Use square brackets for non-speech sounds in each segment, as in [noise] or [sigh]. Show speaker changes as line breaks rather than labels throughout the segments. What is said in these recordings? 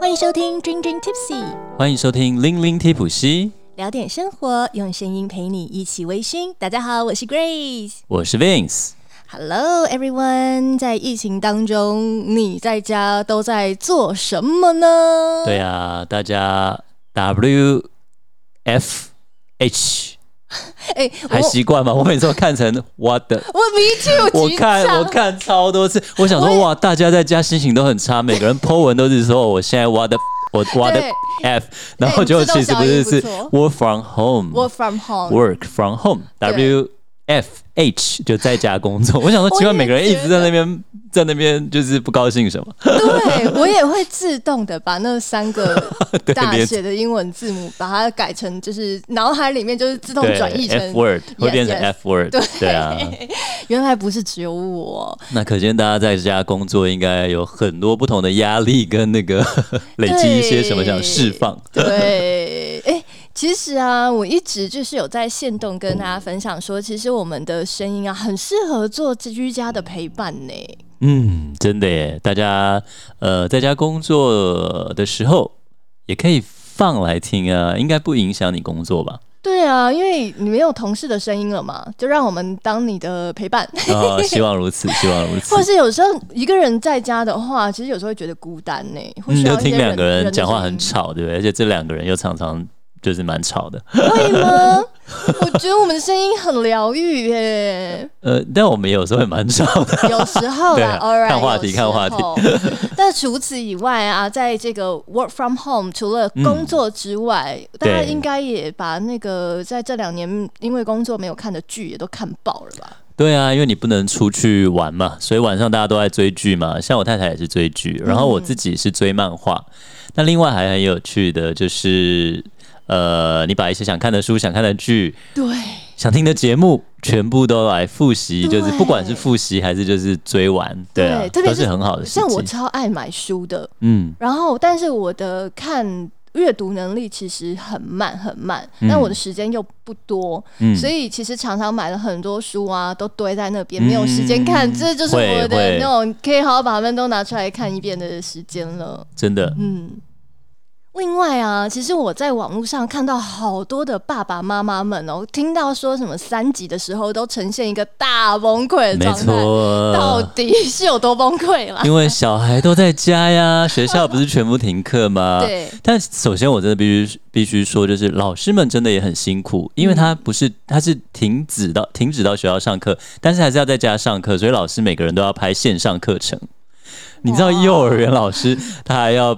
欢迎收听《Dream Dream Tipsy》，
欢迎收听《零零贴普西》，
聊点生活，用声音陪你一起微醺。大家好，我是 Grace。
我是 Vince。
Hello everyone，在疫情当中，你在家都在做什么呢？
对啊，大家 W F H
哎、我
还习惯吗？我每次都看成 What
[laughs]
the。
我 me too，
[laughs] 我
局
看
长
我看超多次，我想
我
说
也
哇，大家在家心情都很差，每个人 Po 文都是说我现在 What the 我 What the
对
F，然后就
自动
其实
小
不是
于不
是
错
Work from home。
work from home。
work from home
对
W F H 就在家工作。我想说，奇
我也
怪，每个人一
觉
直在那边在那边就是不高兴什么？
对，我也会自动的把那三
[laughs]
个
对
大
连
写的英文字母，把它改成就是脑海里面就是自动
对
转译成
F word 会变成
yes
F word，
[laughs]
对啊。
原来不是只有我，
那可见大家在家工作应该有很多不同的压力跟那个 [laughs] 累积一些什么想释放。
[laughs] 对，哎、其实啊，我一直就是有在线动跟大家分享说，其实我们的声音啊，很适合做居家的陪伴呢。
嗯，真的耶，大家呃在家工作的时候也可以放来听啊，应该不影响你工
[laughs]
作吧？
对啊，因为你没有同事的声音了嘛，就让我们当你的陪 [laughs] 伴。
啊、希望如此，希望如此
或。者是有时候一个人在家的话，其实有时候会觉得孤单呢、会
嗯，
需要
就
一些
听两个
人
人讲话很
人的声
吵，对不对？而且这两个人又常常就是蛮吵的。
音会 [laughs] 吗？我觉得我们的声音很疗愈耶。
呃，但我们有时候也蛮吵
[laughs]
的。
有时候
对
啦
啊，
偶尔
看话题看话题。
有时候 [laughs] 但除此以外啊，在这个 work from home，除了工作之外，大家
对
应该也把那个在这两年因为工作没有看的剧也都看爆了吧？
对啊，因为你不能出去玩嘛，
嗯
所以晚上大家都在追剧嘛。像我太太也是追剧，然后我自己是追漫画。那另外还很有趣的就是，呃，你把一些想看的书、想看的剧、
对，
想听的节目，全部都来复习，
对
就是不管是复习还是就是追完，对啊，
对特别
都
是
是很好的事
像我
情。
超爱买书的，
嗯，
然后但是我的看。阅读能力其实很慢很慢，
嗯
但我的时间又不多，
嗯
所以其实常常买了很多书啊，都堆在那边，没有时间看。这就是
会
我的
嗯会
那种可以好好把它们都拿出来看一遍的时间了。
真的，
嗯，另外啊，其实我在网络上看到好多的爸爸妈妈们哦，听到说什么三级的时候，都呈现一个大崩溃的
没
状态。到
错。
底是有多崩溃啦？
因为小孩都在家呀，学校不是全部停课吗？
对
但首先，我真的必须必须说，就是老师们真的也很辛苦，因为他不是他是停止到停止到学校上课，但是还是要在家上课，所以老师每个人都要拍线上课程。你知道
哇
幼儿园老师他还要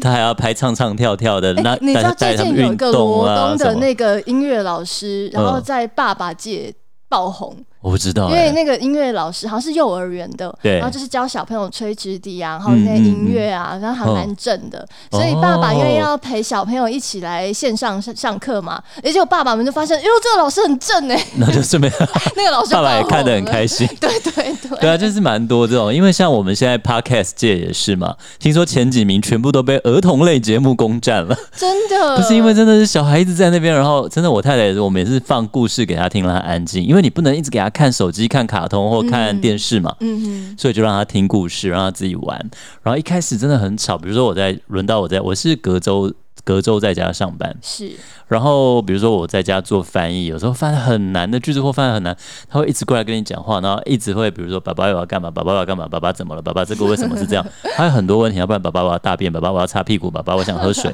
他还要拍唱唱跳跳的，那
哦哎，你知道
带
最
带他
近
们
有一
运
个
动
罗
啊
东
什
的
么？
那个音乐老师，然后
嗯
在爸爸界爆红，
我不知道、
因为
欸，
那个音乐老师好像是幼儿园的，
对嗯
然后就是教小朋友吹直笛啊，然后那些音乐啊，然
哦
后还蛮正的，所以爸爸因为要陪小朋友一起来线上上上课嘛，而且我爸爸们就发现，哟，这个老师很正
[laughs]
哎、
那就顺便
那个老师
爸爸也
爆红
看得很
了
开心。
[laughs] 对对对，
[laughs] 对啊，就是蛮多这种，因为像我们现在 podcast 界也是嘛，听说前几名全部都被儿童类节目攻占了，
真的
不是因为真的是小孩一直在那边，然后真的我太太也是，我们也是放故事给她听，让她安静，因为你不能一直给她看手机、看卡通或看电视嘛，
嗯
所以就让她听故事，让她自己玩。然后一开始真的很吵，比如说我在轮到我在我是隔周隔周在家上班，
是
然后比如说我在家做翻译，有时候翻很难的句子或翻很难，他会一直过来跟你讲话，然后一直会比如说爸爸我要干嘛，爸爸我要干嘛，爸爸怎么了，爸爸这个为什么是这样，还有很多问题，要不然爸爸我要大便，爸爸我要擦屁股，爸爸我想喝水。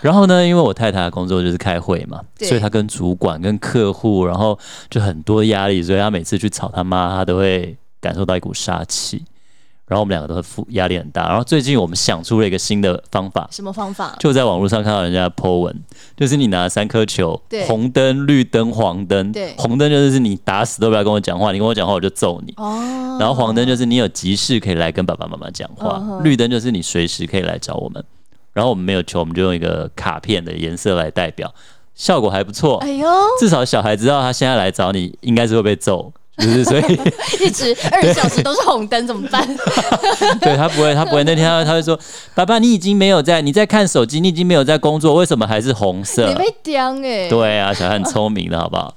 然后呢，因为我太太的工作就是开会嘛，
对
所以她跟主管、跟客户，然后就很多压力，所以她每次去吵她妈，她都会感受到一股杀气。然后我们两个都会负压力很大。然后最近我们想出了一个新的方法，
什么方法？
就在网络上看到人家 po 文，就是你拿三颗球
对，
红灯、绿灯、黄灯
对，
红灯就是你打死都不要跟我讲话，你跟我讲话我就揍你。
哦，
[laughs] 然后黄灯就是你有急事可以来跟爸爸妈妈讲话
嗯，哼
绿灯就是你随时可以来找我们。然后我们没有球，我们就用一个卡片的颜色来代表，效果还不错
哎。呦，
至少小孩知道他现在来找你应该是会被揍，就是所以 [laughs]
一直二十小时都是红灯，怎么办？
对他不会，他不会那天他他会说，爸爸，你已经没有在，你在看手机，你已经没有在工作，为什么还是红色
你？被刁哎、
对啊，小孩很聪明的好不
[laughs]
好？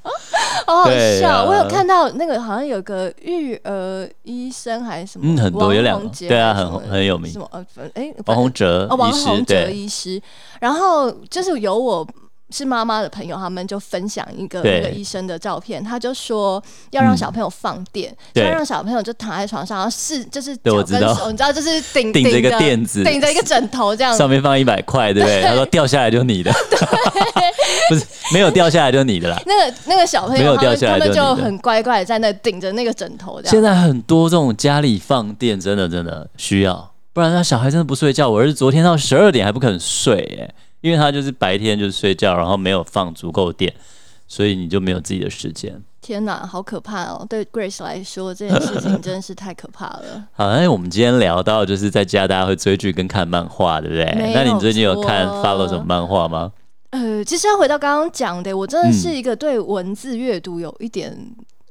好好
对
笑。
啊
我有看到那个好像有个育儿医生还是什么，
嗯很多有两个
王宏杰
对啊
还是
很
什么
很有名
什么呃，反哎，
王
反
洪哲
哦，
医
王
师
宏哲
对，
医师。然后就是有我是妈妈的朋友，他们就分享一个
对
那个医生的照片，他就说要让小朋友放电，
嗯对
就要让小朋友就躺在床上，然后是就是
对
脚
我
跟
知道
手，你知道就是顶
顶着一个
着
垫子
顶着一个枕头这样子
上。面放一百块，对不对？他说掉下来就
[laughs]
你的， [laughs] 不是没有掉下来就你的啦。
那个那个小朋
没
友
有
他
掉
们
下来
他们
就
就
你的
很乖乖的在那顶着那个枕头这
现
样。
在很多这种家里放电，真的真的需要，不然那小孩真的不睡觉。我儿子昨天到十二点还不肯睡、耶，因为他就是白天就是睡觉，然后没有放足够电，所以你就没有自己的时间。
天哪，好可怕哦！对 Grace 来说，这件事情真的是太可怕了。 [laughs]
好，那我们今天聊到就是在家大家会追剧跟看漫画，对不对
没？
那你最近有
有
看
错
follow 什么漫画吗？
呃，其实要回到刚刚讲的，我真的
嗯
是一个对文字阅读有一点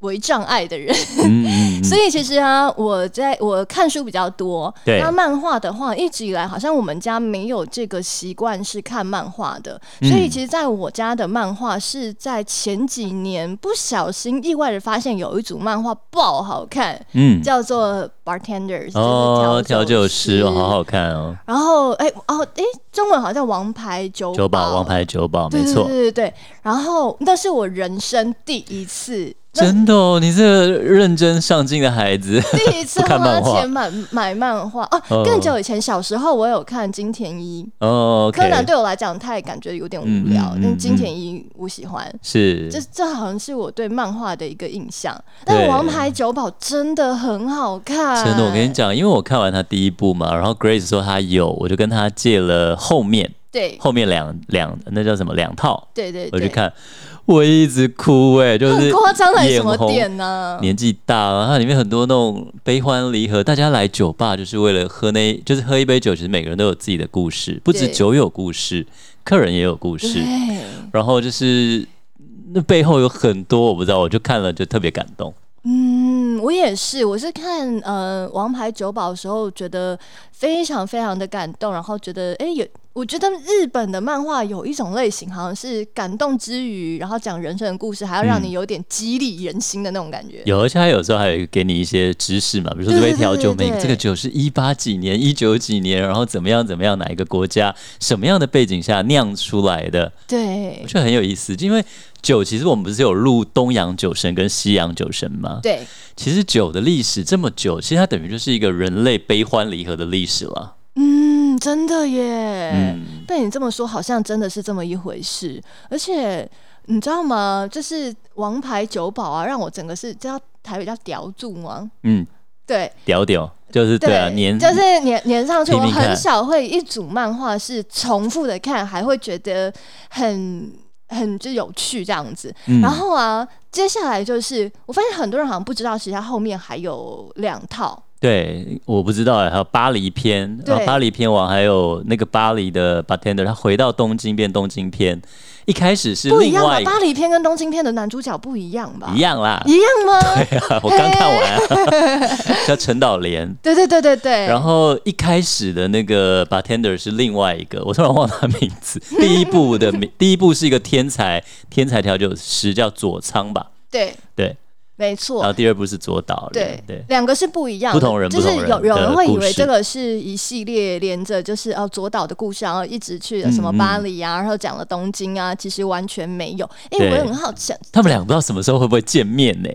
为障碍的人，
嗯嗯
[laughs]
嗯，
所以其实啊，我在我看书比较多。
对
那漫画的话，一直以来好像我们家没有这个习惯是看漫画的，
嗯
所以其实在我家的漫画是在前几年不小心意外的发现有一组漫画爆好看，
嗯，
叫做 bartenders，、
哦，
调
调酒师哦，好
好。
好看哦，
然后哎、哦哎、中文好像叫王牌酒
酒保王牌酒保，没
对，
错
对对对。然后那是我人生第一次，那
真的哦，你这个认真上进的孩子， [laughs]
第一次
不看
花
漫画
钱买买漫画哦、
哦
更久以前小时候我有看金田一。
哦
柯南
，OK，
对我来讲太感觉有点无聊，
嗯嗯嗯
但金
嗯
田一我喜欢。
是
这这好像是我对漫画的一个印象，但
对
《王牌酒保》真的很好看，
真的，我跟你，讲，因为我看完他第一部嘛，然后 Grace 说他有，我就跟他借了后面
对
后面两两那叫什么两套，
对对对，
我去看，我一直哭哎、就是
很夸张的
眼
什么
红
点呢、
年纪大了，然后里面很多那种悲欢离合，大家来酒吧就是为了喝那，就是喝一杯酒。其实每个人都有自己的故事，不止
对
酒有故事，客人也有故事。
对，
然后就是那背后有很多我不知道，我就看了就特别感动。
嗯，我也是，我是看呃《王牌酒保》的时候，觉得非常非常的感动，然后觉得哎、有，我觉得日本的漫画有一种类型，好像是感动之余，然后讲人生的故事，还要让你有点激励人心的那种感觉。
嗯有，而且他有时候还有给你一些知识嘛，比如说
对
这杯
对对
调酒，
对
每
对
这个酒是一八几年、一九几年，然后怎么样怎么样，哪一个国家、什么样的背景下酿出来的，
对
我觉得很有意思。因为酒其实我们不是有录东洋酒神跟西洋酒神吗？
对，
其实酒的历史这么久，其实它等于就是一个人类悲欢离合的历史了。
嗯，真的耶。
嗯，
被你这么说，好像真的是这么一回事。而且你知道吗？就是《王牌酒保》啊，让我整个是叫台语叫屌住吗？
嗯，
对
屌屌就是对啊，年
就是粘粘上去。
拼
我
命看
很少会一组漫画是重复的看，还会觉得很很就有趣这样子。
嗯
然后啊，接下来就是我发现很多人好像不知道，其实它后面还有两套。
对，我不知道哎，还有巴黎篇，
对
然后巴黎篇王，还有那个巴黎的 bartender，他回到东京变东京篇，一开始是
不一
另
样吧
外？一
巴黎篇跟东京篇的男主角不一样吧？
一
[laughs]
样啦，
一样吗？
[laughs] 我刚看完、 [laughs] 叫陈导莲。
对对对对对。
然后一开始的那个 bartender 是另外一个，我突然忘了他名
[laughs]
字。第一部的名，第一部是一个天才天才调酒师，叫佐仓吧，
对
对。
没
然后
错，
第二部是佐岛莲
对，
对，
两个是不一样的，
不同人
就是
不同人
有有人
的
会以
故事
为这个是一系列连着，就是哦左岛的故事，然后一直去了什么
嗯
巴黎啊，然后讲了东京啊，其实完全没有。因为
对
我很好奇，
他们俩不知道什么时候会不会见面呢、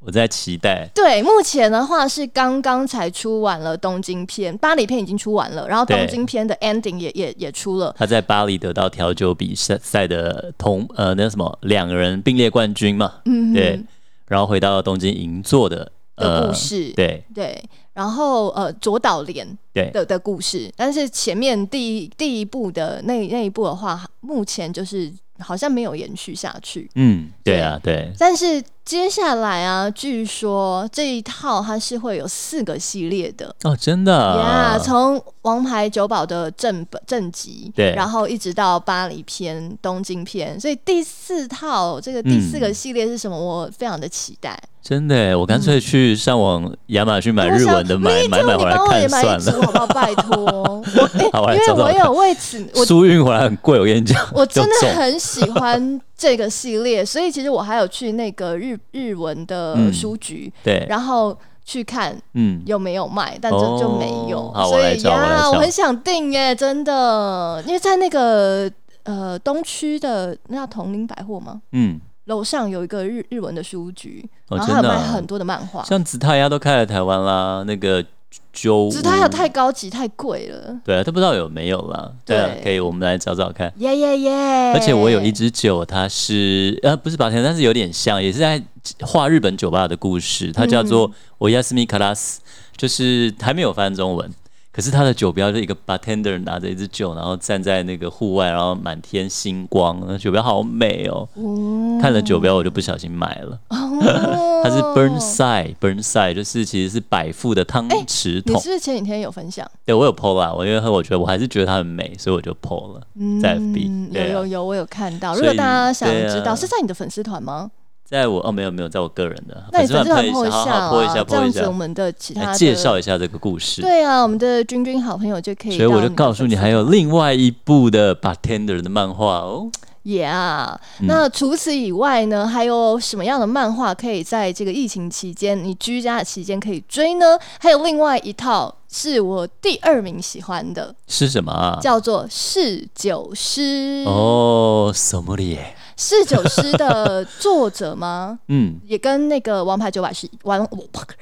我在期待。
对，目前的话是刚刚才出完了东京篇，巴黎篇已经出完了，然后
对
东京篇的 ending 也也也出了。
他在巴黎得到调酒比赛赛的同呃那什么两个人并列冠军嘛，
嗯哼，嗯
对，然后回到东京银座的
的
呃
故事
对
对，然后呃左岛莲
对
的的故事，但是前面第一第一部的那那一部的话，目前就是好像没有延续下去。
嗯对啊对
但是接下来啊，据说这一套它是会有四个系列的。
哦，真的
呀，
啊，
从《王牌酒保》的正本正集，
对
然后一直到巴黎篇、东京篇，所以第四套这个第四个系列是什么？我非常的期待。
真的耶，我干脆去上网亚马逊买
我
嗯日
嗯想
文的买买
就
买
你
回来
帮我也
看
买一
算
只
了。
好不好？拜托，
[laughs]
我哎
好我来
因为
找找
我
看
有为
[laughs]
此我
输运回来很贵，我跟你
[laughs]
讲，
我真
就
的
中
很喜欢这个系列，所以其实我还有去那个日日文的
嗯
书局，
对，
然后去看
嗯，
有没有卖，但就就没有
哦。好
所
我来
以
找我来
呀，
找
我很想订耶，真的，因为在那个呃东区的那叫同林百货吗？
嗯，
楼上有一个日日文的书局，
哦，
然后
真
还有
的
卖
啊
很，多的漫画。
像紫泰鸭都开来台湾啦，那个鸠，
只是它有太高级太贵了，
对啊，都不知道有没有啦。对啊
对，
可以，我们来找找看。
耶耶耶！
而且我有一支酒，它是呃不是八天，但是有点像，也是在画日本酒吧的故事。它叫
嗯
做《我亚斯米卡拉斯》，就是还没有翻中文。可是它的酒标就一个 bartender 拿着一支酒，然后站在那个户外，然后满天星光，那酒标好美哦。
哦，
看了酒标我就不小心买了， [laughs] 它
它
是 Burnside，Burnside 就是其实是百富的汤匙
你
桶。
哎是不是前几天有分享？
对我有 PO 啦，我因为我觉得我还是觉得它很美，所以我就 PO 了。在 FB
嗯，有
对啊
有有，我有看到。如
所
果
以
大家想
对啊
知道，是在你的粉丝团吗？
在我哦没有没有，在我个人的
那你
粉
粉
丝
丝团
团 po
破
一下，好好 po 一下
啊，这
，po
样
一
子我
下，
们的其他
来
的
介绍一下这个故事。
对啊，我们的君君好朋友就可以。
所以我就告诉你，还有另外一部的 bartender 的漫画哦。
，Yeah。那
嗯
除此以外呢，还有什么样的漫画可以在这个疫情期间，你居家的期间可以追呢？还有另外一套是我第二名喜欢的，
是什么啊？
叫做《侍酒师》。
哦，什么耶？
侍酒师》的作者
[laughs]
吗？
嗯，
也跟那个《王牌酒吧》是王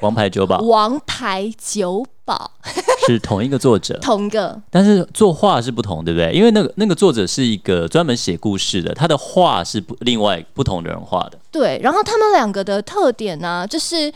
王牌酒保
王牌酒保
是同一个
[laughs]
作者，
同个
但是作画是不同，对不对？因为那个那个作者是一个专门写故事的，他的画是不另外不同的人画的。
对，然后他们两个的特点呢、就是。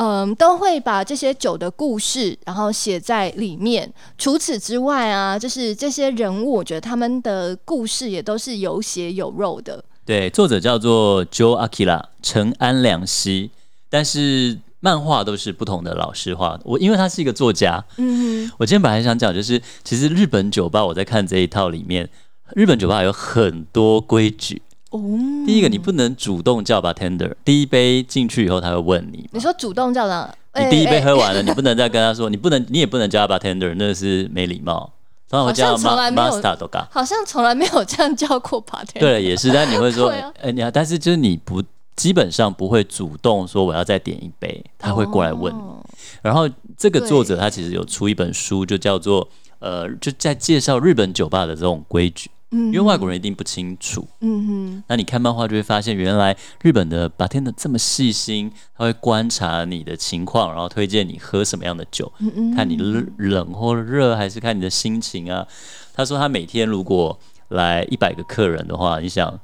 嗯，都会把这些酒的故事，然后写在里面。除此之外啊，就是这些人物，我觉得他们的故事也都是有血有肉的。
对，作者叫做 Joe Akira 陈安良希，但是漫画都是不同的老师画的。我因为他是一个作家，
嗯，
我今天本来想讲，就是其实日本酒吧我在看这一套里面，日本酒吧有很多规矩。
哦，
第一个，你不能主动叫 bartender，第一杯进去以后他会问你。
你说主动叫哎哪？
你第一杯喝完了，你不能再跟他说，你不能，你也不能叫他 bartender，那是没礼貌。通常会叫
好像从来
ma-
没有
master 都嘎。
好像从来没有这样叫过 p a t
对，也是，但你会说
对啊，
哎，你好，但是就是你不基本上不会主动说我要再点一杯，他会过来问
哦
你。然后这个作者他其实有出一本书，就叫做呃，就在介绍日本酒吧的这种规矩，
嗯
因为外国人一定不清楚。
嗯
那你看漫画就会发现，原来日本的 bartender 这么细心，他会观察你的情况，然后推荐你喝什么样的酒，
哼，嗯嗯，
看你冷冷或热，还是看你的心情啊。他说他每天如果来一百个客人的话，你想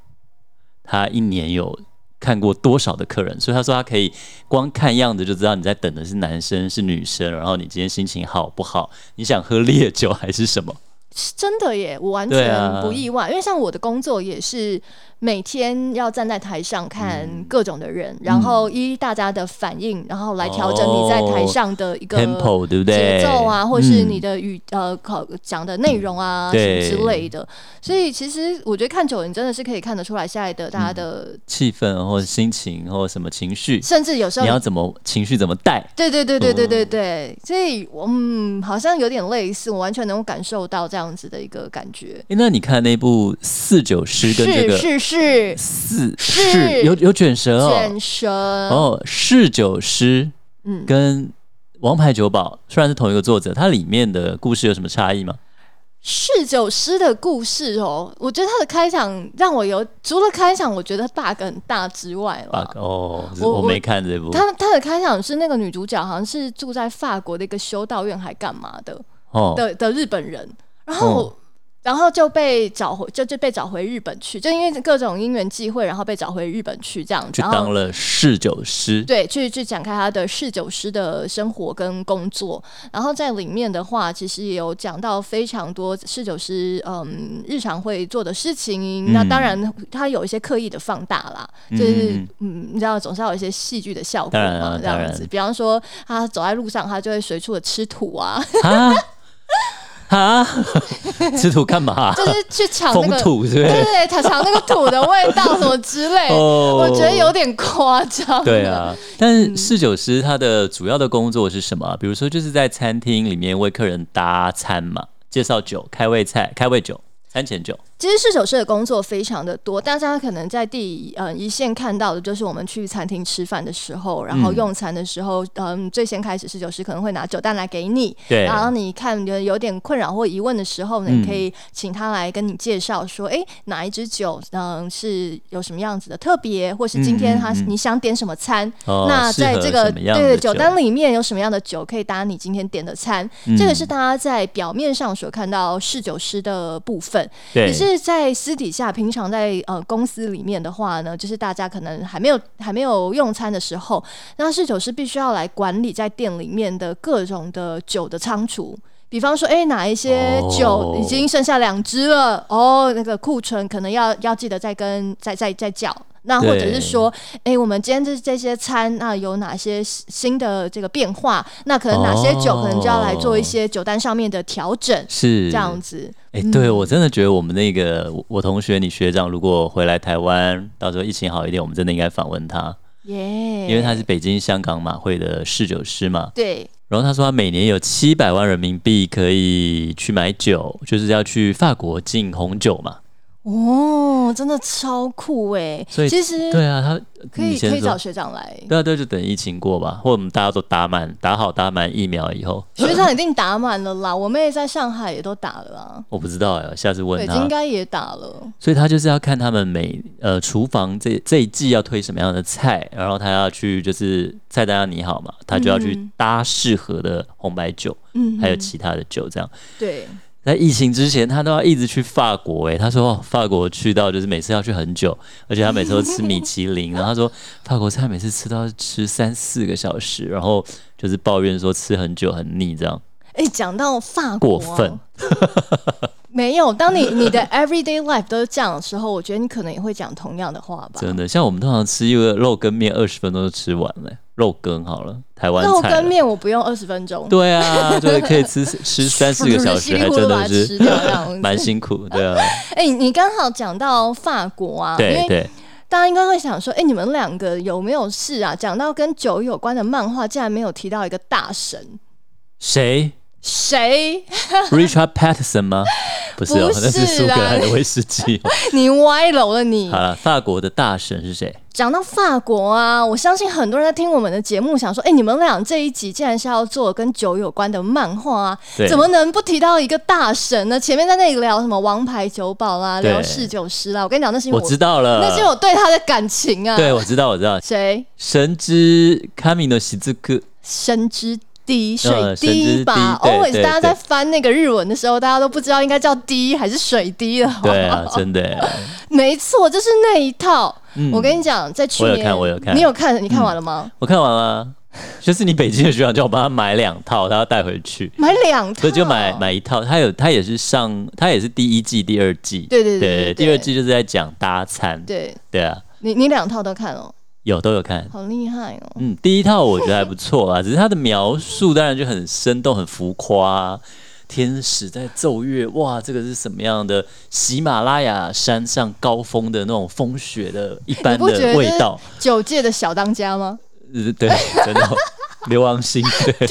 他一年有看过多少的客人？所以他说他可以光看样子就知道你在等的是男生是女生，然后你今天心情好不好，你想喝烈酒还是什么？
是真的耶，我完
对
全
啊
不意外，因为像我的工作也是每天要站在台上看
嗯
各种的人，然后依大家的反应，然后来调整你在台上的一个
哦 tempo 对不对？
节奏啊，或是你
的、
的语、呃考讲的内容啊什么
对
之类的。所以其实我觉得看久了，你真的是可以看得出来现在的大
嗯
家的，
气氛或者心情或者什么情绪，
甚至有时候
你要嗯怎么情绪怎么带？
对对对对对对对，所以我嗯好像有点类似，我完全能够感受到这样子的一个感觉。
诶那你看那部四九师跟这个
是是是，
四
是
是有有卷舌哦，
卷舌
哦，侍酒师，
嗯
跟王牌酒保虽然是同一个作者，它里面的故事有什么差异吗？
侍酒师的故事哦，我觉得他的开场让我有除了开场我觉得 bug 很大之外
啊
了，。
哦，
我
我
我
没看这部，
他他的开场是那个女主角好像是住在法国的一个修道院还干嘛的
哦，
的的日本人，然后我、然后就被找回，就就被找回日本去，就因为各种因缘际会，然后被找回日本去这样子，
去
然后
当了侍酒师。
对，去去展开他的侍酒师的生活跟工作。然后在里面的话，其实也有讲到非常多侍酒师嗯日常会做的事情。那当然，他有一些刻意的放大啦，就是
嗯
嗯，你知道总是要有一些戏剧的效果
当然啊
嘛，这
当
样
然
子。比方说，他走在路上，他就会随处的吃土啊， [laughs]
啊啊！ [laughs] 吃土干嘛、
就是去抢
风
那个。
土是不
对
是？ [laughs]
对对，抢那个土的味道什么之类，
哦
我觉得有点夸 [laughs] 张。
对，啊，
嗯
但是侍酒师他的主要的工作是什么啊？比如说，就是在餐厅里面为客人搭餐嘛，介绍酒、开胃菜、开胃酒、餐前酒。
其实侍酒师的工作非常的多，大家可能在第嗯、一线看到的就是我们去餐厅吃饭的时候，然后
嗯
用餐的时候，嗯，最先开始侍酒师可能会拿酒单来给你，
对，
然后你看有有点困扰或疑问的时候呢，
嗯
你可以请他来跟你介绍说，诶，哪一支酒嗯是有什么样子的特别，或是今天他、
嗯嗯嗯
你想点什么餐，
哦
那
适合
在这个
什么样
对
的
酒单里面有什么样的酒可以搭你今天点的餐，
嗯
这个是大家在表面上所看到侍酒师的部分。
对
可是，在私底下，平常在呃公司里面的话呢，就是大家可能还没有还没有用餐的时候，那侍酒师必须要来管理在店里面的各种的酒的仓储。比方说，哎、哪一些酒
哦
已经剩下两支了？哦，那个库存可能要要记得再跟再再再叫。那或者
对
是说，哎、我们今天这这些餐，那有哪些新新的这个变化？那可能哪些酒可能就要来做一些酒单上面的调整，
是
这样子。嗯
哎、对我真的觉得我们那个我我同学你学长，如果回来台湾，到时候疫情好一点，我们真的应该访问他，
耶、
因为他是北京香港马会的侍酒师嘛。
对
然后他说他每年有七百万人民币可以去买酒，就是要去法国进红酒嘛。
哦，真的超酷哎！
所以
其实
对啊，他
可以
你先
可以
说
找学长来，
对啊，对，就等疫情过吧，或者我们大家都打满打好打满疫苗以后，
学长一定打满了啦。我妹在上海也都打了啊，
我不知道哎，下次问
北京应
他。
该也打了。
所以他就是要看他们每呃厨房这这一季要推什么样的菜，然后他要去就是菜单要拟好嘛，他就要去
嗯
搭适合的红白酒，
嗯，
还有其他的酒这样。
对，
在疫情之前，他都要一直去法国、欸。他说、哦法国去到就是每次要去很久，而且他每次都吃米其林。然
[laughs]
后他说法国菜每次吃到吃三四个小时，然后就是抱怨说吃很久很腻这样。
哎，讲到法国
过
啊，
分
没有。当你你的 everyday life 都是这样的时候，我觉得你可能也会讲同样的话吧。
真的，像我们通常吃一个肉羹面，二十分钟就吃完了欸、肉羹好了，台湾
肉
菜
羹
了。
面我不用二十分钟，
对啊，对，可
[laughs]
以吃吃三四个小时，
稀里
还真的是
糊涂把它吃掉这样子
蛮辛苦。对
[laughs]
啊，
哎，你刚好讲到法国啊，因
对
为
对，
大家应该会想说，哎，你们两个有没有事啊？讲到跟酒有关的漫画，竟然没有提到一个大神，
谁
谁？
？Richard Patterson
[laughs]
吗？不是哦，
不
那
是
是苏格
啦
兰的威士忌哦。
[laughs] 你歪楼了你！
好了，法国的大神是谁？
讲到法国啊，我相信很多人在听我们的节目，想说，哎、你们俩这一集竟然是要做跟酒有关的漫画啊，
对
怎么能不提到一个大神呢？前面在那里聊什么王牌酒保啦，
对
聊侍酒师啦，我跟你讲，那是因为
我
我
知道了，
那是我对他的感情啊。
对，我知道，我知道，
谁？
神之卡米诺喜兹克，
神之滴，水
呃
滴吧。
神之滴对
always
对
大家在
对
翻那个日文的时候，大家都不知道应该叫滴还是水滴了。
对啊，真的耶，
[laughs] 没错，就是那一套。
嗯
我跟你讲，在去
我有
年
看我有看
你有看？你看完了吗？
我看完了，就是你北京的学长叫我帮他买两套，他要带回去，
买两套，
所以嗯就买买一套，他有他也是上，他也是第一季、第二季，
对对对对
对，第二季就是在讲搭餐，
对
对啊，
你你两套都看哦，
有都有看。
好厉害哦！
嗯，第一套我觉得还不错啊，只 [laughs] 是它的描述当然就很生动、很浮夸啊、天使在奏乐，哇，这个是什么样的喜马拉雅山上高峰的那种风雪的一般
你不觉得
的味道？
九界的小当家吗？ [laughs]
呃对，真的哦流亡星，对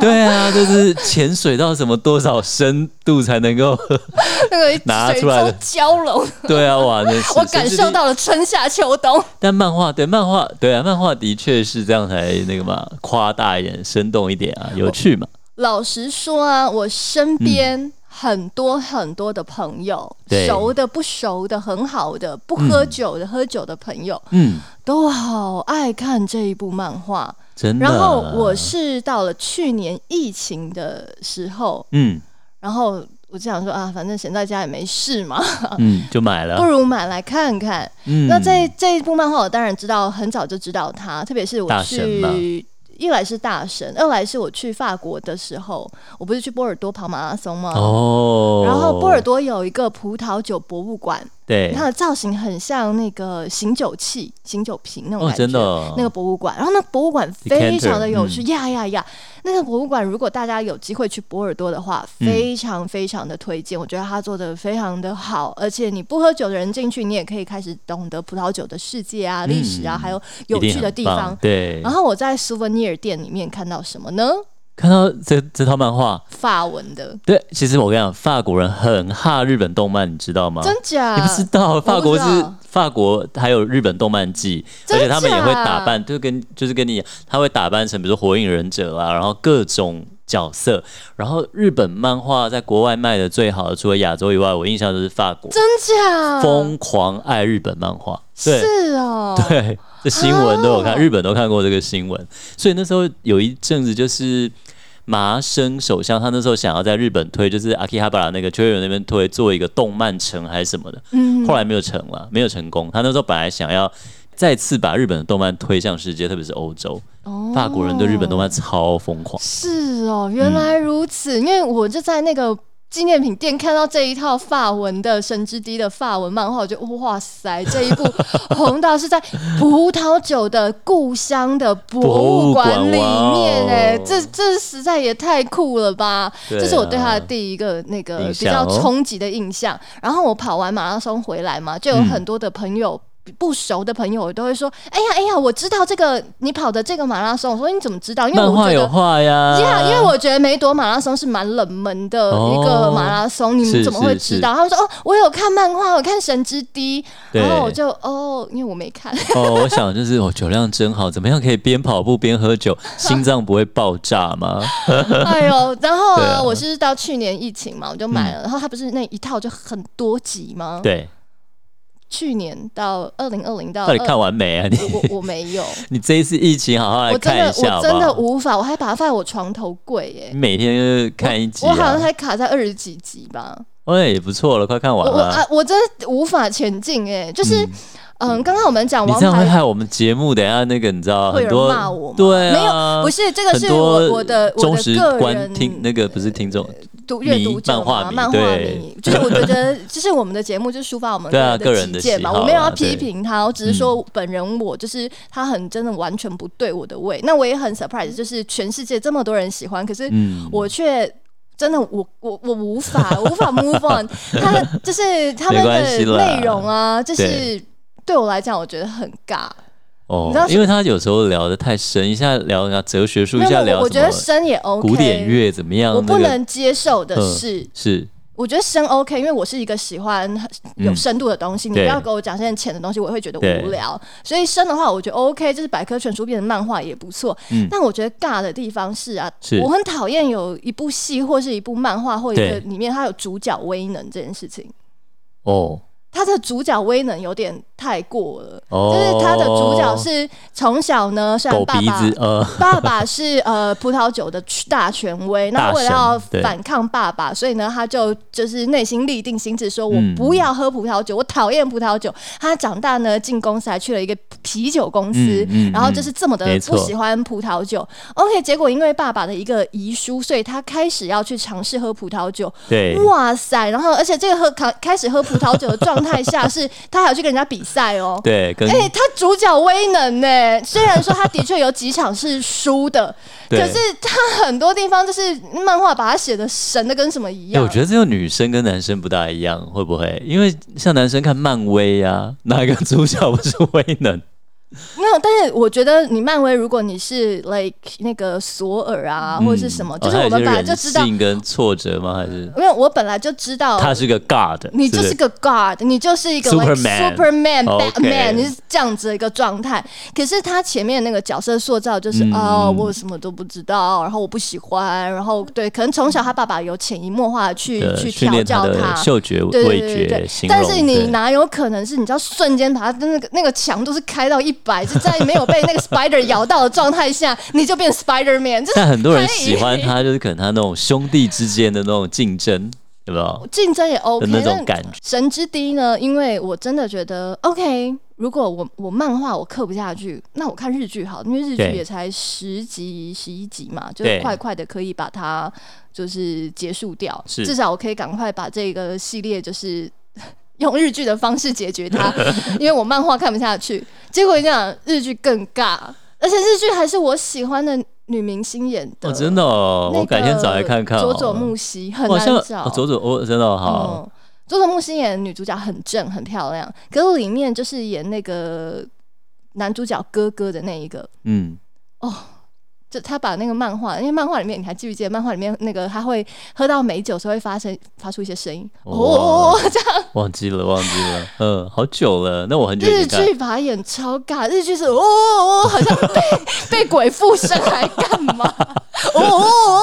对啊，就是潜水到什么多少深度才能够？ [laughs]
那个
拿
水
出来
中
的
蛟
[laughs]
龙，
对啊，哇，那是
我感受。
甚至
到了春夏秋冬。
但漫画对漫画对啊，漫画的确是这样才那个嘛，夸大一点，生动一点啊，有趣嘛。
老实说啊，我身边很多很多的朋友，
对
熟的、不熟的、很好的、不喝酒的、喝酒的朋友，
嗯，
都好爱看这一部漫画。
真的。啊
然后我是到了去年疫情的时候， [laughs]
嗯，
然后我就想说啊，反正闲在家也没事嘛，
嗯，就买
不
了。
如买来看看。
嗯，
那这这一部漫画，我当然知道，很早就知道它，特别是我
大神吗
去。一来是大神，二来是我去法国的时候，我不是去波尔多跑马拉松吗？
哦，
然后波尔多有一个葡萄酒博物馆，
对
它的造型很像那个醒酒器、醒酒瓶那种
哦
感，觉。
真的哦
那个博物馆，然后那个博物馆
Decanter，嗯
非常的有趣呀呀呀！那个博物馆，如果大家有机会去博尔多的话，
嗯
非常非常的推荐。我觉得它做的非常的好，而且你不喝酒的人进去，你也可以开始懂得葡萄酒的世界啊、历史啊，还有有
嗯一定
趣的
很
地
棒
方。
对
然，后我在 souvenir 店里面看到什么呢？
看到这这套漫画，
法文的，
对，其实我跟你讲，法国人很怕日本动漫，你知道吗？
真假？
啊你不知道，
不知道
法国是法国，还有日本动漫季，
真啊
而
假
且他们也会打扮，就跟就是跟你一样，他会打扮成比如说火影忍者啊，然后各种角色。然后日本漫画在国外卖的最好的，除了亚洲以外，我印象就是法国
真啊假？
疯狂爱日本漫画，对。
是
[laughs]
哦，
对，这新闻都有看，
哦
日本都看过这个新闻，所以那时候有一阵子就是麻生首相，他那时候想要在日本推，就是阿基哈巴拉那个秋叶原那边推做一个动漫城还是什么的，
嗯
后来没有成了，没有成功。他那时候本来想要再次把日本的动漫推向世界，特别是欧洲，
哦
法国人对日本动漫超疯狂。
是哦，原来
嗯
如此。因为我就在那个纪念品店看到这一套法文的《神之滴》的法文漫画，我就哇塞，这一
[laughs]
部红到是在葡萄酒的故乡的博物馆里面哎、
博物馆哇哦
这这实在也太酷了吧！
对啊
这是我对他的第一个那个
印
比
象
较
哦
冲击的印象。然后我跑完马拉松回来嘛，就有很多的朋友。
嗯
不熟的朋友都会说：“哎呀，哎呀，我知道这个你跑的这个马拉松。”我说：“你怎么知道？”因为
漫
我觉
画
得
有画呀，
[laughs] 呀，因为我觉得梅朵马拉松是蛮冷门的一个马拉松，你
哦是
们怎么会
是
知
是
道？他们说哦，我有看漫画，我看《神之滴》，
对
然后我就哦，因为我没看， [laughs]
哦，我想就是我酒量真好，怎么样可以边跑步边喝酒，心脏不会爆
[laughs]
炸吗？
哎呦，然后
对
啊，
啊嗯
我是到去年疫情嘛，我就买了，然后它不是那一套就很多集吗？，
对，
去年到二零二零到
到底
20
看完没啊？你
我我没有，
你这一次疫情好 [laughs] 好来
我真
看
的
一下好
我
不好？
真的无法，我还把它放在我床头柜耶
你。每天就是看一集、
我
啊，
好像才卡在二十几集吧，
哎、也不错了，快看完
我我
了。
啊，我真的无法前进哎、就是，嗯，刚刚我们讲
你
王
这样会
牌
害我们节目，等一下那个你知道
会有人
很多
骂我吗
对啊，
没有，不是这个
很
是
多
我我的我
忠
的
实
个呃
观
人
听那个不是听众，
读阅读者
迷漫画
嘛，
迷
漫画
对
迷，就是我觉
[laughs]
得就是我们的节目就是抒发我们
对啊个人
人
的
的己见
喜
嘛，
好
我没有
啊
要
对嗯
批评他，我只是说本人我就是他很真的完全不对我的胃，那我也很 surprise，就是全世界这么多人喜欢，可是
嗯，
我却。真的，我我我无法，我无法 move
[laughs]
on。他的就是他们
没关系
的
啦
内容啊，就是
对
对我来讲，我觉得很尬。你知
哦
道，是
因为他有时候聊的太深，一下聊一下哲学术，一
没有
下
我
聊
我
什
觉得
么
深也 OK，
古典乐怎么样，
我不
那个
能接受的
嗯
是，
是
我觉得深 OK，因为我是一个喜欢很有
嗯
深度的东西，你
对
不要给我讲现在浅的东西，我会觉得
对
无聊。所以深的话，我觉得 OK，就是百科全书变成漫画也不错。
嗯
但我觉得尬的地方是啊，
是
我很讨厌有一部戏或是一部漫画或一
对
个里面它有主角威能这件事情，
哦
它的主角威能有点太过了。
哦，
就是它的主角是从小呢，虽然
狗
爸
鼻
爸
子，呃，
爸爸是呃葡萄酒的大权威，
大
那
神
为了要
对嗯
反抗爸爸，所以呢，他就就是内心立定心智，说我
嗯
不要喝葡萄酒，我讨厌葡萄酒。他长大呢，进公司还去了一个啤酒公司，
嗯嗯
然后就是这么
没
的
错
不喜欢葡萄酒。OK，结果因为爸爸的一个遗书，所以他开始要去尝试喝葡萄酒。
对，
哇塞！然后而且这个喝开开始喝葡萄酒的状态
[laughs]
下是，他还要去跟人家比赛哦。
对，跟
哎、他主角威能呢、虽然说他的确有几场是输的，
[laughs] 对
可是他很多地方就是漫画把他写的神的跟什么一
哎、
样。
我觉得这个女生跟男生不大一样，会不会？因为像男生看漫威啊， [laughs] 哪个主角不是威能？
没有，但是我觉得你漫威，如果你是 like 那个索尔啊，或者是什么，就是
哦
我们
还
本
有
来
一些
就
人
知道，
性跟挫折吗？还是
因为我本来就知道。
他是个 God？
你就是是个 God，你就是一个 like
Superman
Superman、
哦 OK
Batman，你是这样子的一个状态。可是他前面那个角色塑造就是
嗯
哦，我什么都不知道，然后我不喜欢，然然后对，可能从小他爸爸有潜移默化地去
不是呃
去
训
调
练他
教
的嗅觉、
对对
味
对
觉、
对
形
对，
容。
但是你
对
哪有可能是你知道瞬间把它的那个那个强度是开到一百，是在没有被那个 spider 咬到的状态下，你就变 Spider Man，这是
但很多人
可以
喜欢他，就是可能他那种兄弟之间的那种竞争，有没有？
竞争也 OK
的那
但
种感觉，
神之低呢，因为我真的觉得 OK。如果我我漫画我刻不下去，那我看日剧好，因为日剧
对
也才十集十一集嘛，就
对
是快快的可以把它就是结束掉，
是
至少我可以赶快把这个系列就是用日剧的方式解决
[laughs]
它，因为我漫画看不下去。结果你讲日剧更尬，而且日剧还是我喜欢的女明星演的，
哦，真的哦，我改天找来看哦看好
佐
了。
佐木希很
我好
难
像
找，
哦佐佐哦，真的哦好，
嗯，佐佐木希演的女主角很正很漂亮，可是里面就是演那个男主角哥哥的那一个，
嗯，
就他把那个漫画，因为漫画里面你还记不记得漫画里面那个他会喝到美酒时候会发生发出一些声音，
哦
哦，这样
忘记了，忘记了， [laughs] 嗯，好久了，那我很久以
日
前看，
剧把他演超尬，日剧是哦哦，哦好像被被鬼附身还干
[laughs]
嘛？哦哦哦，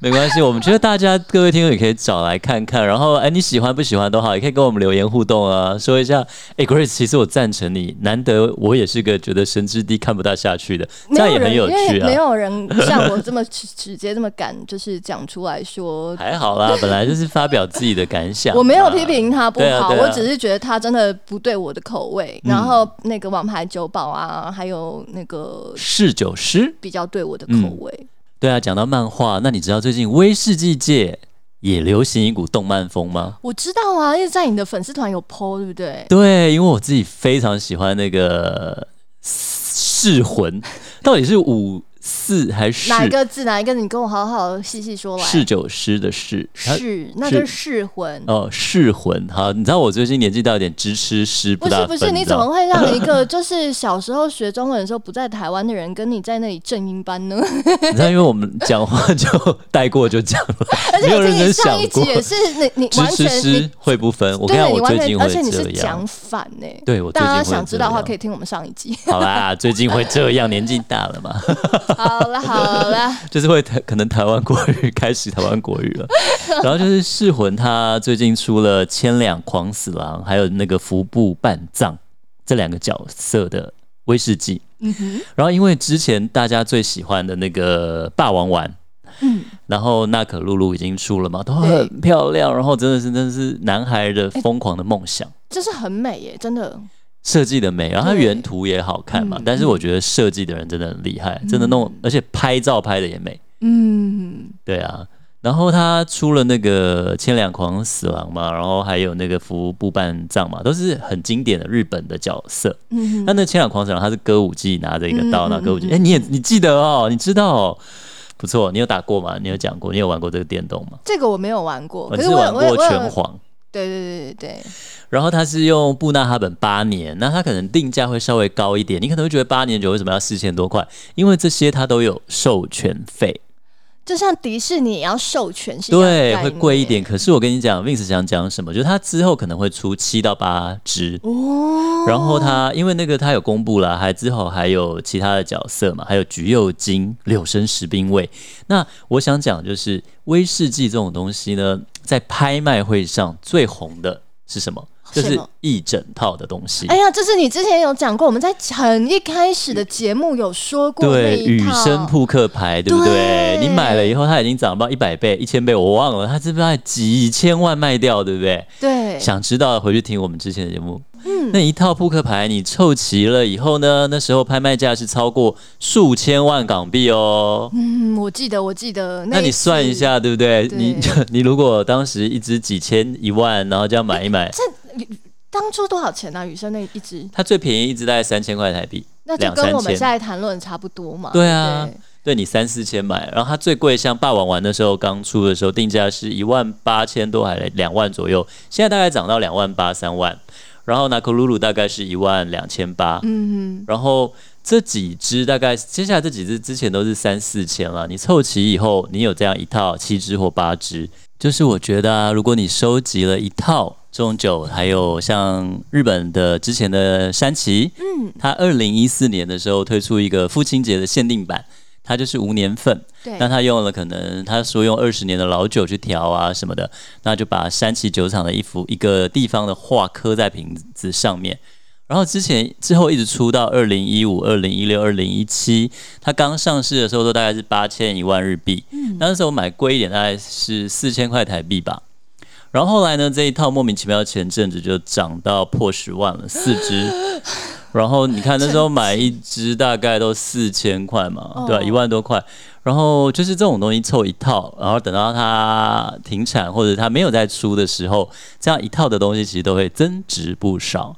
没关系，我们觉得大家各位听众也可以找来看看，然后哎，你喜欢不喜欢都好，也可以跟我们留言互动啊，说一下，哎，Grace，其实我赞成你，难得我也是个觉得神之低看不大下去的，这样
没
也
有人
很有
因
趣
为没
啊。
有人像我这么直直接这么敢，就是讲出来说
还好
[laughs]
啦，本来就是发表自己的感想嘛。
我没有批评他不好，
对啊嗯对啊
我只是觉得他真的不对我的口味。然后那个王牌酒保啊，还有那个
侍酒师。
比较对我的口味，
对啊，讲到漫画，那你知道最近威士忌界也流行一股动漫风吗？
我知道啊，因为在你的粉丝团有 PO，对不对？
对，因为我自己非常喜欢那个噬魂，到底是五四还是
哪一个字？哪一个字？你跟我好好细细说来。
侍酒师的侍？它
是，那就是噬魂。
哦，噬魂。好，你知道我最近年纪大有点直吃师
不
大
是
分，
不是，你
知
怎
道
么
吗
会让一
[laughs]
个就是小时候学中文的时候不在台湾的人跟你在那里正音班呢？
你知道，因为我们
[laughs]
讲话就带过就讲了，
而且
没有
我
认
听你
真
上
想
一集
过。
也是你你
直
完
吃
全你
师会不分，我跟
对
你讲，
你
我
完
最
全，
近
而
会
且你是
这样
讲。反呢、
对我
大
最近
家
会
想知道的话，
这样
可以听我们上一
[laughs]
集。
好啦，最近会这样，年纪大了嘛。
好
[laughs]
了好了，
就是会台可能台湾国语开始台湾国语
[laughs]
了，然后就是噬魂，他最近出了千两狂死狼，还有那个服部半藏这两个角色的威士忌。
嗯哼，
然后因为之前大家最喜欢的那个霸王丸，
嗯，
然后娜可露露已经出了嘛，都
对
很漂亮，然后真的是真的是男孩的疯狂的梦想。
就是很美耶，真的。
设计的美，然后它
对
原图也好看嘛，
嗯
但是我觉得设计的人真的很厉害，真的弄，而且拍照拍的也美，
嗯，
对啊，然后他出了那个《千两狂死狼》嘛，然后还有那个《服部半藏》嘛，都是很经典的日本的角色。
嗯
那那《千两狂死狼》他是歌舞伎拿着一个
嗯
刀，
嗯
那歌舞伎，
嗯
哎、你也你记得哦，你知道哦，不错，你有打过吗？你有讲过，你有玩过这个电动吗？
这个我没有玩过，
我
可
哦你
是
是
我
玩
我有我
过
有
拳皇，
对对对对对，
然后他是用布纳哈本八年，那他可能定价会稍微高一点，你可能会觉得八年九为什么要四千多块？因为这些他都有授权费。
就像迪士尼也要授权是一样的
对，
概
会
念
贵一点。可是我跟你讲，Vince 想讲什么，就是他之后可能会出七到八支。
哦。
然后他因为那个他有公布了，还之后还有其他的角色嘛，还有橘右京、柳生十兵卫。那我想讲就是威士忌这种东西呢，在拍卖会上最红的是什么？就
什
是
么
一整套的东西。
哎呀，这是你之前有讲过，我们在很一开始的节目有说过那
对，
一
雨
套
生扑克牌，对不对？
对
你买了以后，它已经涨到一百倍、一千倍，我忘了，它是不是还几千万卖掉，对不对？
对，
想知道的回去听我们之前的节目。
嗯
那一套扑克牌你凑齐了以后呢，那时候拍卖价是超过数千万港币哦。
嗯，我记得我记得，
那
一
你算一
次
下，对不对？
对
你 [laughs] 你如果当时一只几千一万，然后这样买
[laughs]
一买，
当初多少钱呢、啊？雨生那一只，
它最便宜一只大概三千块台币，
那就
两
跟
三
我们现
千。
在谈论差不多嘛。
对啊
不对
对你三四千买，然后它最贵，像霸王丸的时候刚出的时候定价是一万八千多，还两万左右，现在大概涨到两万八三万，然后拿克鲁鲁大概是一万两千八，
嗯
然后这几只大概接下来这几只之前都是三四千了，你凑齐以后，你有这样一套七只或八只，就是我觉得啊，如果你收集了一套这种酒，还有像日本的之前的山崎，嗯，它二零一四年的时候推出一个父亲节的限定版。它就是无年份，
对
那他用了可能他说用二十年的老酒去调啊什么的，那就把山崎酒厂的一幅一个地方的画刻在瓶子上面，然后之前之后一直出到二零一五、二零一六、二零一七，它刚上市的时候都大概是八千一万日币，那时候买贵一点，大概是四千块台币吧。然后后来呢，这一套莫名其妙前阵子就涨到破十万了，四只。然后你看那时候买一只大概都四千块嘛，对
哦
吧、一万多块。然后就是这种东西凑一套，然后等到它停产或者它没有再出的时候，这样一套的东西其实都会增值不少。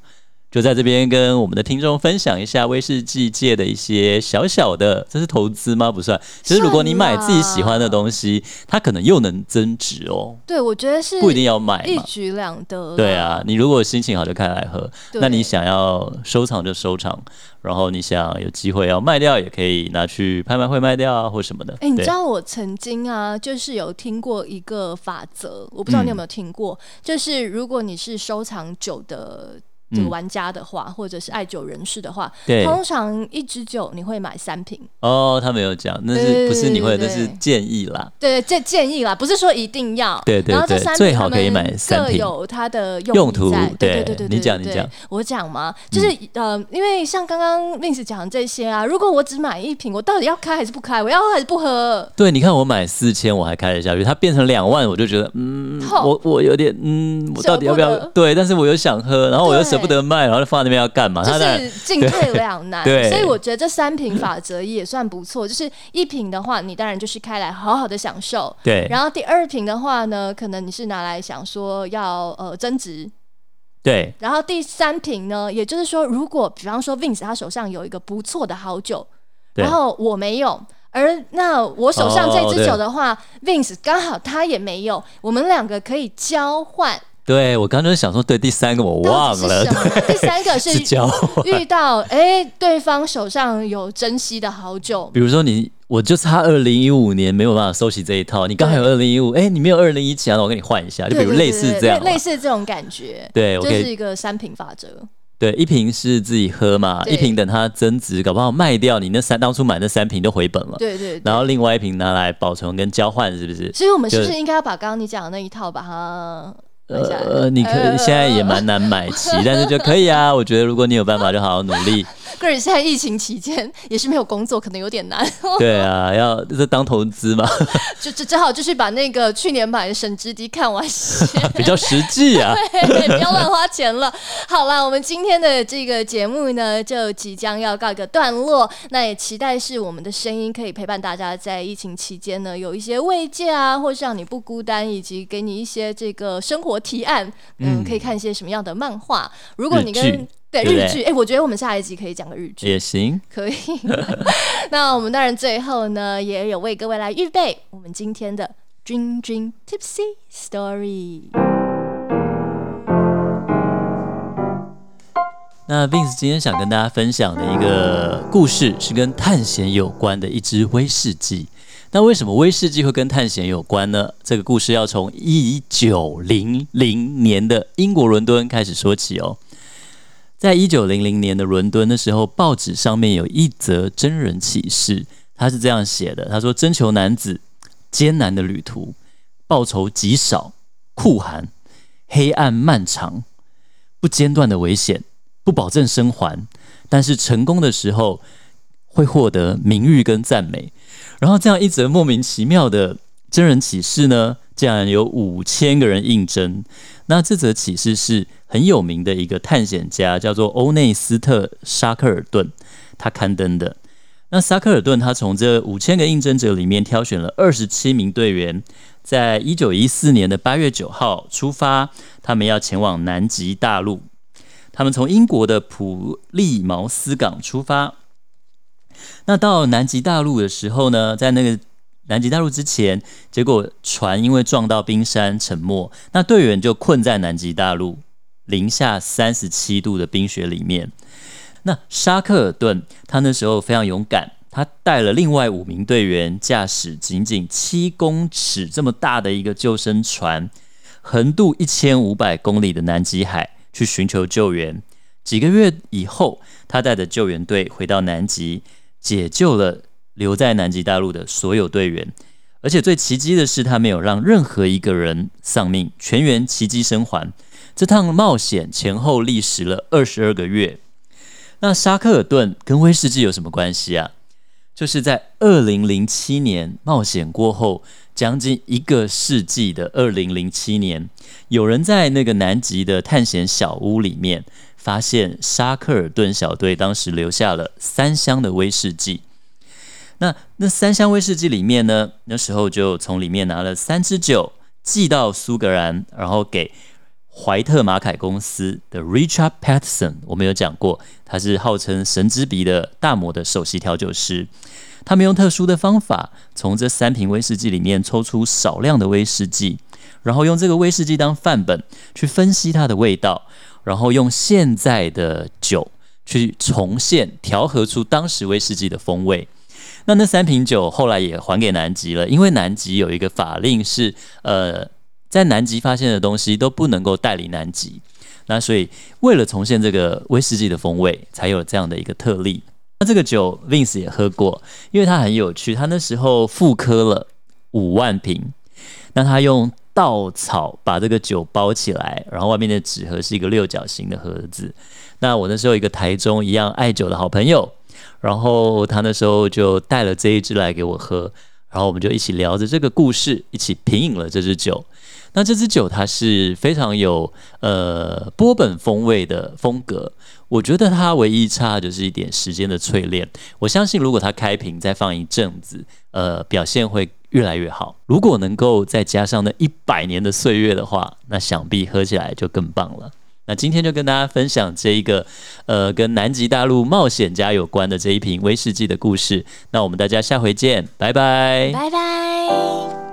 就在这边跟我们的听众分享一下威士忌界的一些小小的，这是投资吗？不算，其实如果你买自己喜欢的东西，它可能又能增值哦，
对，我觉得是
不一定要买
一
嘛。
举两得。
对，啊，你如果心情好就开来喝，
对
那你想要收藏就收藏，然后你想有机会要卖掉也可以拿去拍卖会卖掉啊或什么的。
哎、你
对
知道我曾经啊，就是有听过一个法则，我不知道
嗯
你有没有听过，就是如果你是收藏酒的这个
嗯
玩家的话，或者是爱酒人士的话，
对
通常一支酒你会买三瓶。
哦，他没有讲，那
对
是
对
不是你会？
对
那
对
是建议啦。
对，这建议啦，不是说一定要。
对对
然后这
对
三瓶
最好
他们
可以买三
各
瓶
有它的
用
意
途
在对对
对
对对，
你
对
讲
对
你
对
讲嗯
我讲嘛，就是呃，因为像刚刚 Vince 讲这些啊，如果我只买一瓶，我到底要开还是不开？我要喝还是不喝？
对，你看我买四千，我还开得下去，它变成两万，我就觉得，嗯，
痛
我我有点，嗯，我到底要不
舍
要
不得？
对，但是我又想喝，然后我又舍不得卖，然后就放在那边要干嘛？
就
啊它当然
是进退两难，
[laughs] 对
所以我觉得这三瓶法则也算不错。就是一瓶的话，你当然就是开来好好的享受，
对
然后第二瓶的话呢，可能你是拿来想说要呃增值，
对
然后第三瓶呢，也就是说，如果比方说 Vince 他手上有一个不错的好酒，
对哦
然后我没有，而那我手上这支酒的话、v i n c e 刚好他也没有，我们两个可以交换。
对，我刚刚就想说，对，第三个我
到
忘
底是
了
什，么呢第三个是
[laughs] 是交换。
遇到哎、对方手上有珍惜的好酒，
比如说你，我就差二零一五年没有办法收起这一套，你刚好有二零一五，哎，你没有二零一七啊，那我跟你换一下，就比如
对对
类
对
似
对
这样嘛，啊
类类似这种感觉，
对，我哦
这
可以
是一个三瓶法则。
对，一瓶是自己喝嘛，
对
一瓶等它增值，搞不好卖掉，你那三当初买那三瓶都回本了，
对对对，
然后另外一瓶拿来保存跟交换，是不是？
所以我们是不是
就
应该要把刚刚你讲的那一套把它买下来？
呃，你可以现在也蛮难买齐，但是就可以啊。我觉得如果你有办法，就好好努力。
个人现在疫情期间也是没有工作，可能有点难， [laughs]
对啊，要这当投资嘛，
就就只好就是把那个去年买的《神之堤》看完先。
比较实际啊。
对， [laughs] 不要乱花钱了。好啦，我们今天的这个节目呢，就即将要告一个段落。那也期待是我们的声音可以陪伴大家在疫情期间呢，有一些慰藉啊，或是让你不孤单，以及给你一些这个生活提案。嗯，
嗯
可以看一些什么样的漫画？如果你
日
跟
剧
对
对不
日
对
剧，哎、我觉得我们下一集可以讲个日剧。
也行，
可以。 [laughs] 那我们当然最后呢，也有为各位来预备我们今天的 Dream Dream Tipsy Story。
那 Vince 今天想跟大家分享的一个故事是跟探险有关的一支威士忌。那为什么威士忌会跟探险有关呢？这个故事要从一九零零年的英国伦敦开始说起哦。在一九零零年的伦敦，那时候报纸上面有一则真人启事，他是这样写的：他说，征求男子艰难的旅途，报酬极少，酷寒，黑暗漫长，不间断的危险，不保证生还，但是成功的时候会获得名誉跟赞美。然后这样一则莫名其妙的真人启事呢，竟然有五千个人应征。那这则启事是很有名的一个探险家，叫做欧内斯特·沙克尔顿，他刊登的。那沙克尔顿他从这五千个应征者里面挑选了二十七名队员，在一九一四年的八月九号出发，他们要前往南极大陆。他们从英国的普利茅斯港出发。那到南极大陆的时候呢，在那个南极大陆之前，结果船因为撞到冰山沉没，那队员就困在南极大陆零下三十七度的冰雪里面。那沙克尔顿他那时候非常勇敢，他带了另外五名队员，驾驶仅仅七公尺这么大的一个救生船，横渡一千五百公里的南极海去寻求救援。几个月以后，他带着救援队回到南极，解救了留在南极大陆的所有队员。而且最奇迹的是，他没有让任何一个人丧命，全员奇迹生还。这趟冒险前后历时了二十二个月。那沙克尔顿跟威士忌有什么关系啊？就是在二零零七年冒险过后将近一个世纪的二零零七年，有人在那个南极的探险小屋里面发现沙克尔顿小队当时留下了三箱的威士忌。那那三箱威士忌里面呢，那时候就从里面拿了三支酒寄到苏格兰，然后给怀特马凯公司的 Richard Patson，我们有讲过，他是号称神之鼻的大魔的首席调酒师。他们用特殊的方法，从这三瓶威士忌里面抽出少量的威士忌，然后用这个威士忌当范本去分析它的味道，然后用现在的酒去重现调和出当时威士忌的风味。那那三瓶酒后来也还给南极了，因为南极有一个法令是，呃，在南极发现的东西都不能够带离南极。那所以为了重现这个威士忌的风味，才有这样的一个特例。那这个酒 Vince 也喝过，因为它很有趣，他那时候复刻了五万瓶，那他用稻草把这个酒包起来，然后外面的纸盒是一个六角形的盒子。那我那时候一个台中一样爱酒的好朋友，然后他那时候就带了这一支来给我喝，然后我们就一起聊着这个故事，一起品饮了这支酒。那这支酒它是非常有呃波本风味的风格，我觉得它唯一差就是一点时间的淬炼。我相信如果它开瓶再放一阵子，呃，表现会越来越好。如果能够再加上那一百年的岁月的话，那想必喝起来就更棒了。那今天就跟大家分享这一个，呃，跟南极大陆冒险家有关的这一瓶威士忌的故事。那我们大家下回见，拜拜。
拜拜。